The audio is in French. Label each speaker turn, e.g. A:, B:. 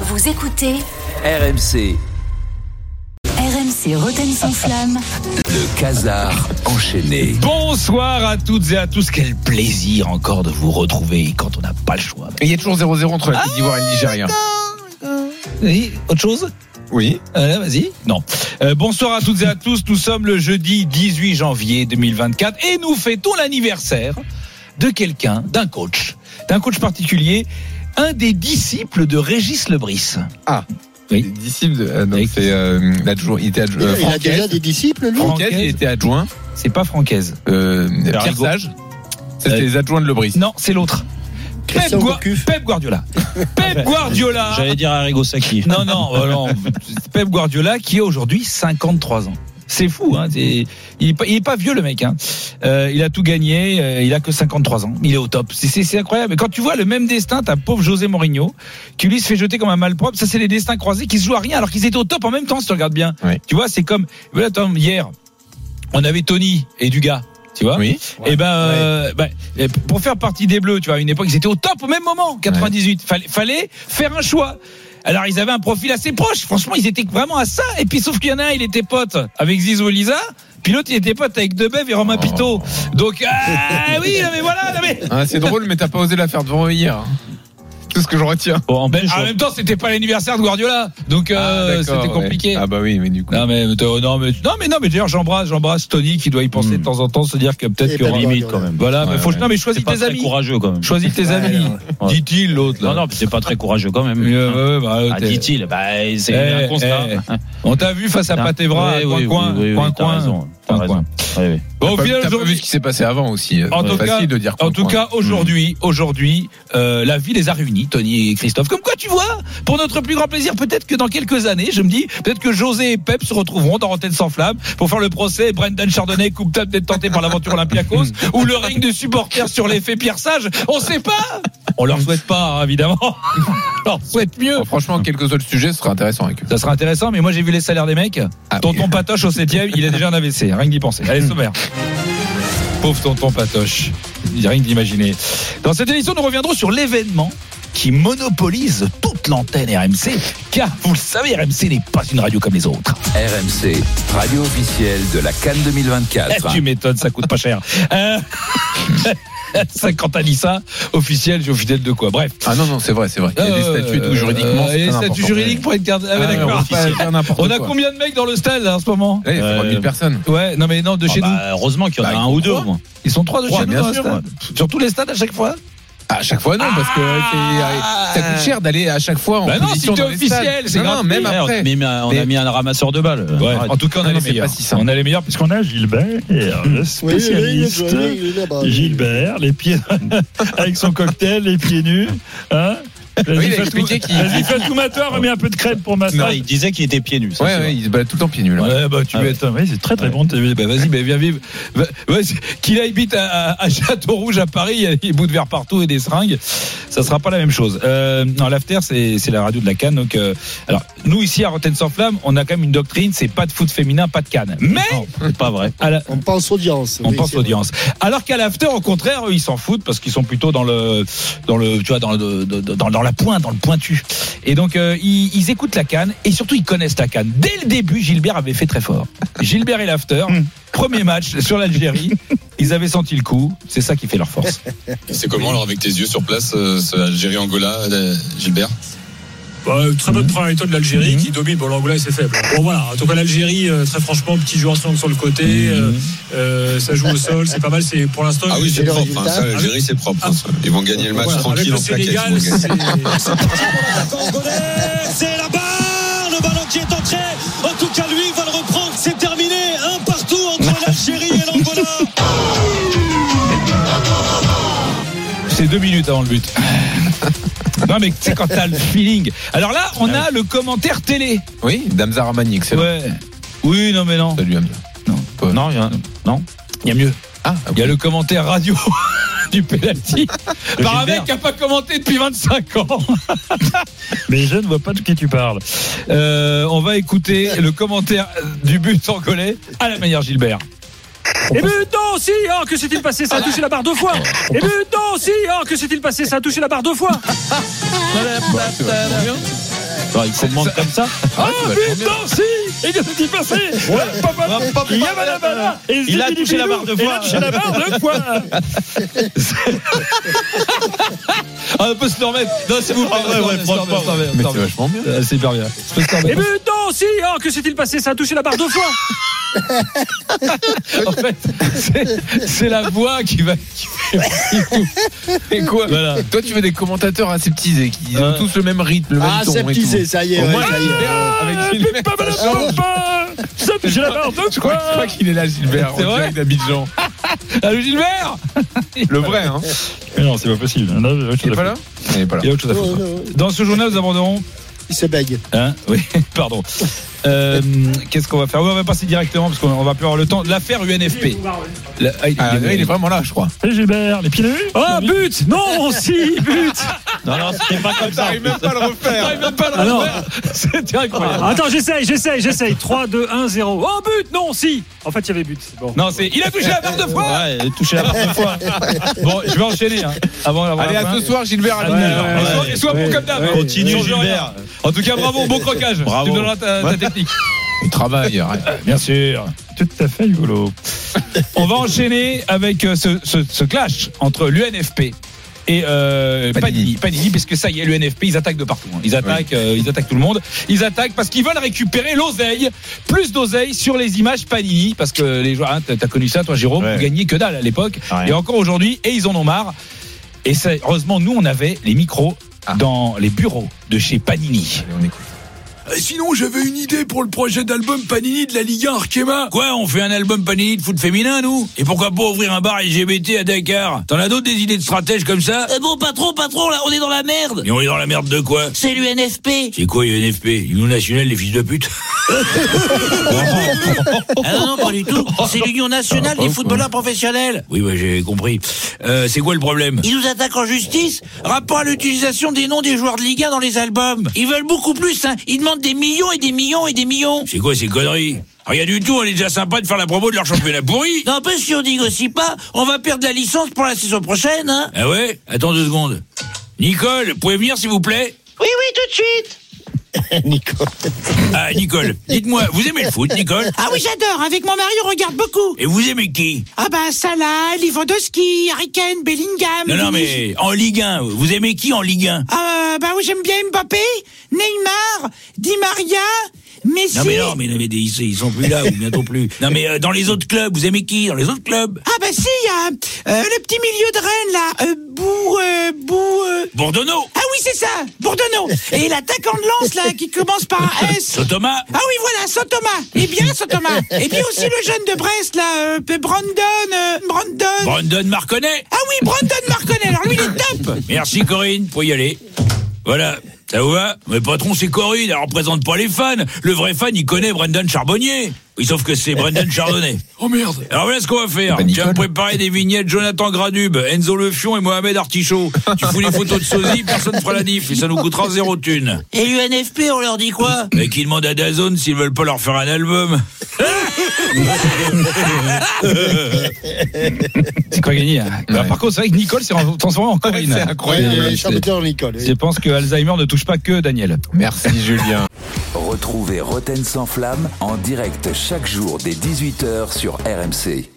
A: Vous écoutez
B: RMC,
A: RMC Roten sans flamme.
B: le casar enchaîné.
C: Bonsoir à toutes et à tous. Quel plaisir encore de vous retrouver quand on n'a pas le choix.
D: Il y a toujours 0-0 entre la Côte d'Ivoire et le
E: Ah,
D: Nigeria.
C: Oui, autre chose
D: Oui.
C: Euh, Vas-y. Non. Euh, bonsoir à toutes et à tous. Nous sommes le jeudi 18 janvier 2024 et nous fêtons l'anniversaire de quelqu'un, d'un coach, d'un coach particulier, un des disciples de Régis Lebris. Oui.
D: Les disciples de. euh, non,
C: Oui.
D: c'est, euh, il a toujours il était adjoint.
E: Il a-
D: euh,
E: il a
D: Franquez.
E: déjà des disciples, lui
D: Franquez, il était adjoint.
C: C'est pas Francaise.
D: Euh, Pierre
C: Rigaud.
D: Sage. C'était
C: Euh,
D: les adjoints de Lebris.
C: Non, c'est l'autre. Pep,
E: Christian
C: Gua-
E: Gourcuff.
C: Pep Guardiola. Pep Guardiola.
F: dire Arrigo Sacchi.
C: Non, non, euh, non. Pep Guardiola qui a aujourd'hui 53 ans. C'est fou, hein. c'est- Il est, pas, il est pas vieux le mec. Hein. Euh, il a tout gagné, euh, il a que 53 ans. Il est au top. C'est- C'est c'est incroyable. Et quand tu vois le même destin, t'as pauvre José Mourinho qui lui se fait jeter comme un malpropre. Ça, c'est les destins croisés qui se jouent à rien alors qu'ils étaient au top en même temps. Si tu regardes bien,
D: Oui.
C: tu vois, c'est comme voilà, attends, hier, on avait Tony et Dugas. Tu vois
D: Oui.
C: et ben, euh, ben, et pour faire partie des Bleus, tu vois, à une époque, ils étaient au top au même moment, 98. Fallait, fallait faire un choix. Alors, ils avaient un profil assez proche. Franchement, ils étaient vraiment à ça. Et puis, sauf qu'il y en a un, il était pote avec Zizou et Lisa. Puis l'autre, il était pote avec Debev et
D: Oh.
C: Romain Pitot. Donc, ah oui, non, mais voilà, non, mais.
D: Hein, c'est drôle, mais t'as pas osé la faire devant eux hier. Tout ce que je retiens.
F: Oh,
C: Ben, en même temps, c'était pas l'anniversaire de Guardiola. Donc, euh,
D: Ah, d'accord,
C: c'était
D: ouais.
C: compliqué.
D: Ah bah oui, mais du coup.
C: Non mais, euh, non mais non mais non mais d'ailleurs j'embrasse j'embrasse Tony qui doit y
D: Hmm.
C: penser de temps en temps se dire que peut-être
E: Et
C: que
E: Pep
C: limite
E: Guardiola. quand même.
C: voilà mais
D: Ouais,
C: faut
D: ouais.
C: non mais choisis tes amis
F: courageux quand même.
C: Choisis tes amis,
F: ouais.
C: dit-il l'autre. là.
F: Non, non, puis c'est pas très courageux quand même.
C: Mais, euh, ouais, bah,
F: Ah,
C: t'es-
F: dit-il, bah, c'est
C: Eh,
F: un constat.
C: eh, on t'a vu face à Patevra,
F: Ouais,
C: coin
F: oui,
C: coin,
F: oui, oui,
C: coin
F: oui, t'as
C: coin.
F: raison, t'as
C: coin,
F: raison.
C: coin.
F: Ouais, ouais.
C: Bon, au
D: T'as pas-
C: final
D: t'as pas vu
C: aujourd'hui,
D: ce qui s'est passé avant aussi.
C: En
D: C'est
C: tout
D: facile
C: cas-
D: de dire.
C: en
D: qu'on
C: tout
D: prend.
C: cas aujourd'hui, aujourd'hui, euh, la vie les a réunis, Tony et Christophe. Comme quoi, tu vois, pour notre plus grand plaisir, peut-être que dans quelques années, je me dis, peut-être que José et Pep se retrouveront dans Antenne sans flamme pour faire le procès Brendan Chardonnay coupe table d'être tenté par l'aventure Olympiakos ou le ring de supporters sur l'effet Pierre Sage. On sait pas. On leur souhaite pas, hein, évidemment. On leur souhaite mieux.
D: Bon, franchement, quel que soit le sujet, ce sera intéressant avec eux.
C: Ça sera intéressant, mais moi j'ai vu les salaires des mecs.
D: Ah,
C: tonton Patoche au 7 il a déjà un AVC, rien que d'y penser. Allez, sommaire. Pauvre tonton Patoche, Il y a rien que d'imaginer. Dans cette émission, nous reviendrons sur l'événement qui monopolise toute l'antenne RMC, car vous le savez, RMC n'est pas une radio comme les autres.
B: RMC, radio officielle de la Cannes 2024.
C: Ah, Tu m'étonnes, ça coûte pas cher. Euh, 50 Anissa, officiel, j'ai officiel de quoi Bref.
D: Ah non, non, c'est vrai, c'est vrai. Il y a des
C: Euh,
D: statuts et tout juridiquement.
C: euh,
D: c'est
C: Il y a des
D: très
C: statuts
D: important.
C: juridiques pour être gardé. Ah, ouais,
D: Ah, on
C: d'accord.
D: va pas faire n'importe
C: On a
D: quoi.
C: combien de mecs dans le stade là, en ce moment Euh,
D: Là, il y a 3000 personnes.
C: Ouais, non mais non, de
F: Ah,
C: chez nous.
F: bah, heureusement qu'il y en a
D: Bah,
F: un ou deux
D: trois.
F: au moins.
C: Ils sont trois de
D: Trois,
C: chez nous
D: bien
C: dans le
D: sûr.
C: stade. Sur tous les stades à chaque fois
D: À chaque fois, non, parce que
C: Ah
D: c'est- euh, ça coûte cher d'aller à chaque fois en
C: Bah non,
D: position
C: si t'es
D: dans les stades.
C: officiel, c'est
D: Non, non,
C: gratuit. Eh,
D: même
F: Ouais, on a
D: après.
F: mis un- on a
D: Mais-
F: mis un ramasseur de balles. Arrête.
C: En tout cas, on a
D: Non,
C: les
D: non, c'est
C: meilleurs.
D: pas si simple.
C: on a les meilleurs puisqu'on a
G: Gilbert, le
E: Oui, oui, oui, il est-
G: spécialiste.
E: il est là-bas.
G: Gilbert, les pieds avec son cocktail, les pieds nus. Hein Vas-y,
D: Oui, il a
G: fais
D: expliqué
G: tout-
D: qu'il-
G: Vas-y, fais tout matin, remets un peu de crème pour ma
F: Non,
G: femme.
F: il disait qu'il était pieds nus. ça,
D: Ouais,
F: c'est
D: ouais,
F: vrai.
D: il se balade tout le temps pieds nus là.
C: Ouais, bah, tu
F: Ah ouais.
C: m'étonnes.
G: Oui, c'est très très
F: Ouais.
G: bon. t'as vu.
C: Bah, vas-y, bah, viens vivre. Bah, vas-y. Qu'il habite à, à- à Château-Rouge, à Paris, il y a des bouts de verre partout et des seringues. Ça sera pas la même chose. Euh, non, l'after, c'est, c'est la radio de la Cannes. Donc, euh, alors, nous, ici, à Rotten sans flamme, on a quand même une doctrine c'est pas de foot féminin, pas de Cannes. Mais,
F: Non, c'est pas vrai.
C: à la-
E: On pense audience.
C: On
E: oui,
C: pense
E: c'est vrai.
C: audience. Alors qu'à l'after, au contraire, eux, ils s'en foutent parce qu'ils sont plutôt dans le, dans le, tu vois, dans le, dans, dans- dans la pointe, dans le pointu. Et donc, euh, ils, ils écoutent la canne et surtout ils connaissent la canne. Dès le début, Gilbert avait fait très fort. Gilbert et l'after,
E: Hmm.
C: premier match sur l'Algérie, ils avaient senti le coup. C'est ça qui fait leur force.
H: C'est comment alors avec tes yeux sur place, euh, ce Algérie-Angola, euh, Gilbert
G: Bah, euh, très bonne première étoile de l'Algérie qui domine. Bon, l'Angola, c'est faible. Bon, voilà. En tout cas, l'Algérie, euh, très franchement, petit joueur en triangle sur le côté. euh, euh, ça joue au sol, c'est pas mal. C'est pour l'instant.
H: Ah oui, c'est
E: le
H: propre.
E: résultat.
H: hein, ça, l'Algérie, c'est propre. hein, ça. Ils vont gagner le match
G: Ah. Voilà, avec
H: tranquille
G: le
H: en plaquage.
G: Sénégal,
H: ils vont gagner.
G: c'est-
I: C'est la barre, le ballon qui est entré. En tout cas, lui, il va le reprendre. C'est terminé. Un partout entre l'Algérie et l'Angola.
C: C'est deux minutes avant le but. Non mais tu sais quand t'as le feeling. Alors là, on
E: Ah
C: a le commentaire télé.
D: Oui, Damza Ramani,
E: Eh ben.
D: excellent.
C: Ouais. Oui, non mais non.
D: Salut Hamza.
F: Non, il y en a- non.
C: Il y a mieux.
D: Ah,
C: Il y a le commentaire radio du penalty par un
F: Gilbert.
C: mec qui n'a pas commenté depuis 25 ans.
G: Mais je ne vois pas de qui tu parles.
C: Euh, on va écouter le commentaire du but angolais à la manière Gilbert.
G: Et but non, si, oh, que s'est-il passé Ça a touché la barre deux fois. Et but non, si, oh, que s'est-il passé Ça a touché la barre deux fois.
F: Non, il commande comme ça.
J: Ah putain, si Et qu'est-ce qui s'est passé Papa,
E: Ah,
J: Il y a Madame Bala et
F: Il a
J: Zididididou,
F: touché la barre de
J: et il
F: foin.
J: a touché la barre de foin. Ah, on peut se le remettre. Non, s'il vous plaît.
F: Ah ouais, ouais, franchement,
J: Mais c'est vachement bien. C'est hyper bien. Je peux se le
G: Et
J: remettre.
G: mais Eh non, si oh, Que s'est-il passé Ça a touché la barre deux fois
J: En fait, c'est- c'est la voix qui va. qui va- qui va- Et quoi
F: Voilà.
D: Toi, tu veux des commentateurs aseptisés qui ont
F: Ouais.
D: tous le même rythme, le même
E: Ah,
D: ton. et
E: aseptisé, ça y est.
D: Au
E: ouais,
D: moins,
E: ça y est.
J: euh,
D: Avec
G: Ah,
D: Gilbert,
G: mais pas mal,
D: ça change.
G: pas mal. Ça a
D: tout.
G: touché la barre deux
D: Je
F: Ah.
D: crois, je
G: fois
D: crois qu'il est là, Gilbert, en
J: C'est vrai
D: direct d'Abidjan.
J: Allô Gilbert
D: Le vrai, hein.
F: Mais non, c'est pas possible. Non, il y a autre
D: Il
F: chose
D: est
F: à
D: pas
F: faire.
D: là Il est pas là.
J: Il y a autre chose à
E: Oh,
J: faire.
E: non,
J: Dans ce journal, nous aborderons
E: Il se baigne.
J: Hein oui, pardon. Euh, Qu'est-ce qu'on va faire Ouais, On va passer directement parce qu'on on va plus avoir le temps. L'affaire UNFP. La- ah, il-
D: Ah,
J: il-
D: là, il est vraiment là, je crois.
G: Et Gilbert, les pieds nus Oh, but Non, si, but
F: Non, non, c'était pas comme ça. en plus.
D: pas à le refaire.
J: J'arrive même pas à le
G: Alors-
J: refaire. C'était incroyable.
G: Ah, Attends, j'essaye, j'essaye, j'essaye. 3, 2, 1, 0. Oh, but Non, si En fait, il y avait but. Bon.
J: Non, c'est. Il a touché la barre de fois
F: Ouais, il a touché la barre de foin.
J: Bon, je vais enchaîner. hein, avant
C: Ah,
J: d'avoir
D: Allez,
J: la
D: à
J: fin.
D: ce soir, Gilbert, à
G: Ouais,
D: minuit.
G: ouais,
J: Et
G: ouais.
J: sois- Et sois bon comme d'hab. hein.
F: Continue,
J: Change rien.
F: Gilbert.
J: En tout cas, bravo, bon croquage.
F: Bravo.
J: Tu me donneras ta, ta technique.
D: Il travaille. ouais.
F: Bien sûr. Tout à fait, Hugo.
J: On va enchaîner avec euh, ce, ce- ce clash entre l'UNFP et euh, Panini.
D: Panini.
J: Panini, parce que ça y est, l'UNFP, ils attaquent de partout. hein. Ils attaquent, euh, ils attaquent tout le monde. Ils attaquent parce qu'ils veulent récupérer l'oseille, plus d'oseille sur les images Panini, parce que les joueurs, hein, t'as t'as connu ça, toi, Jérôme,
F: Ouais. Ah
J: vous gagnez que dalle à l'époque,
F: Ouais.
J: et encore aujourd'hui, et ils en ont marre. Et ça, heureusement, nous, on avait les micros
F: Ah.
J: dans les bureaux de chez Panini.
D: Allez, on écoute.
C: Euh, Sinon, j'avais une idée pour le projet d'album Panini de la Ligue 1 Arkema. Quoi, on fait un album Panini de foot féminin, nous Et pourquoi pas ouvrir un bar LGBT à Dakar T'en as d'autres des idées de stratèges comme ça Euh, Bon, patron, patron, là, on est dans la merde Et on est dans la merde de quoi C'est l'UNFP C'est quoi l'UNFP L'Union Nationale des Fils de Pute ah non, non, pas du tout. C'est l'Union nationale des footballeurs professionnels. hein. Oui, bah, j'ai compris. Euh, c'est quoi le problème Ils nous attaquent en justice rapport à l'utilisation des noms des joueurs de Liga dans les albums. Ils veulent beaucoup plus, hein. Ils demandent des millions et des millions et des millions. C'est quoi ces conneries Ah, Rien du tout, on est déjà sympa de faire la promo de leur championnat pourri. N'empêche, si on négocie pas, on va perdre la licence pour la saison prochaine, hein. Ah ouais Attends deux secondes. Nicole, pouvez venir s'il vous plaît
E: Nicole.
C: Ah, Nicole, dites-moi, vous aimez le foot, Nicole
K: Ah oui, j'adore. Avec mon mari, on regarde beaucoup.
C: Et vous aimez qui
K: Ah bah Salah, Lewandowski, Harry Kane, Bellingham.
C: Non, non,
K: Vinicius.
C: mais en Ligue 1, vous aimez qui en Ligue 1
K: Ah bah oui, j'aime bien Mbappé, Neymar, Di Maria, Messi.
C: Non mais non, mais, non, mais des- ils ils sont plus là, ou bientôt plus. Non mais euh, dans les autres clubs, vous aimez qui Dans les autres clubs
K: Ah bah si, il y a euh, le petit milieu de Rennes là, euh, Bou, euh, Bou. euh,
C: Bourdonneau
K: Ah oui, c'est ça, Bourdonneau. Et l'attaquant de lance là, qui commence par un S.
C: Thomas
K: Ah oui, voilà, Saint Thomas. Et bien, Saint Thomas. Et puis aussi le jeune de Brest là, euh, Brandon, euh, Brandon.
C: Brandon Marconnet
K: Ah oui, Brandon Marconnet. Alors lui, il est top.
C: Merci Corinne, pour y aller. Voilà, ça vous va Mais patron, c'est Corinne, elle représente pas les fans. Le vrai fan, il connaît Brendan Charbonnier. Oui, sauf que c'est Brendan Chardonnay.
G: Oh merde
C: Alors voilà ce qu'on va faire.
D: Bah,
C: Tu vas me
D: Nicole.
C: préparer des vignettes Jonathan Gradub, Enzo Le Fion et Mohamed Artichaut. Tu fous les photos de sosie, personne fera la diff et ça nous coûtera zéro thune.
K: Et l'UNFP, on leur dit quoi
C: Et qui demande à Dazone s'ils veulent pas leur faire un album.
J: C'est quoi gagné hein. Bah, Par contre, c'est vrai que Nicole s'est transformée en Corinne.
D: C'est
E: Ouais,
D: incroyable.
E: ouais, Charlotte Nicole.
J: Je pense que Alzheimer ne touche pas que Daniel.
D: Merci, Julien.
B: Retrouvez Roten sans flamme en direct chaque jour dès 18h sur RMC.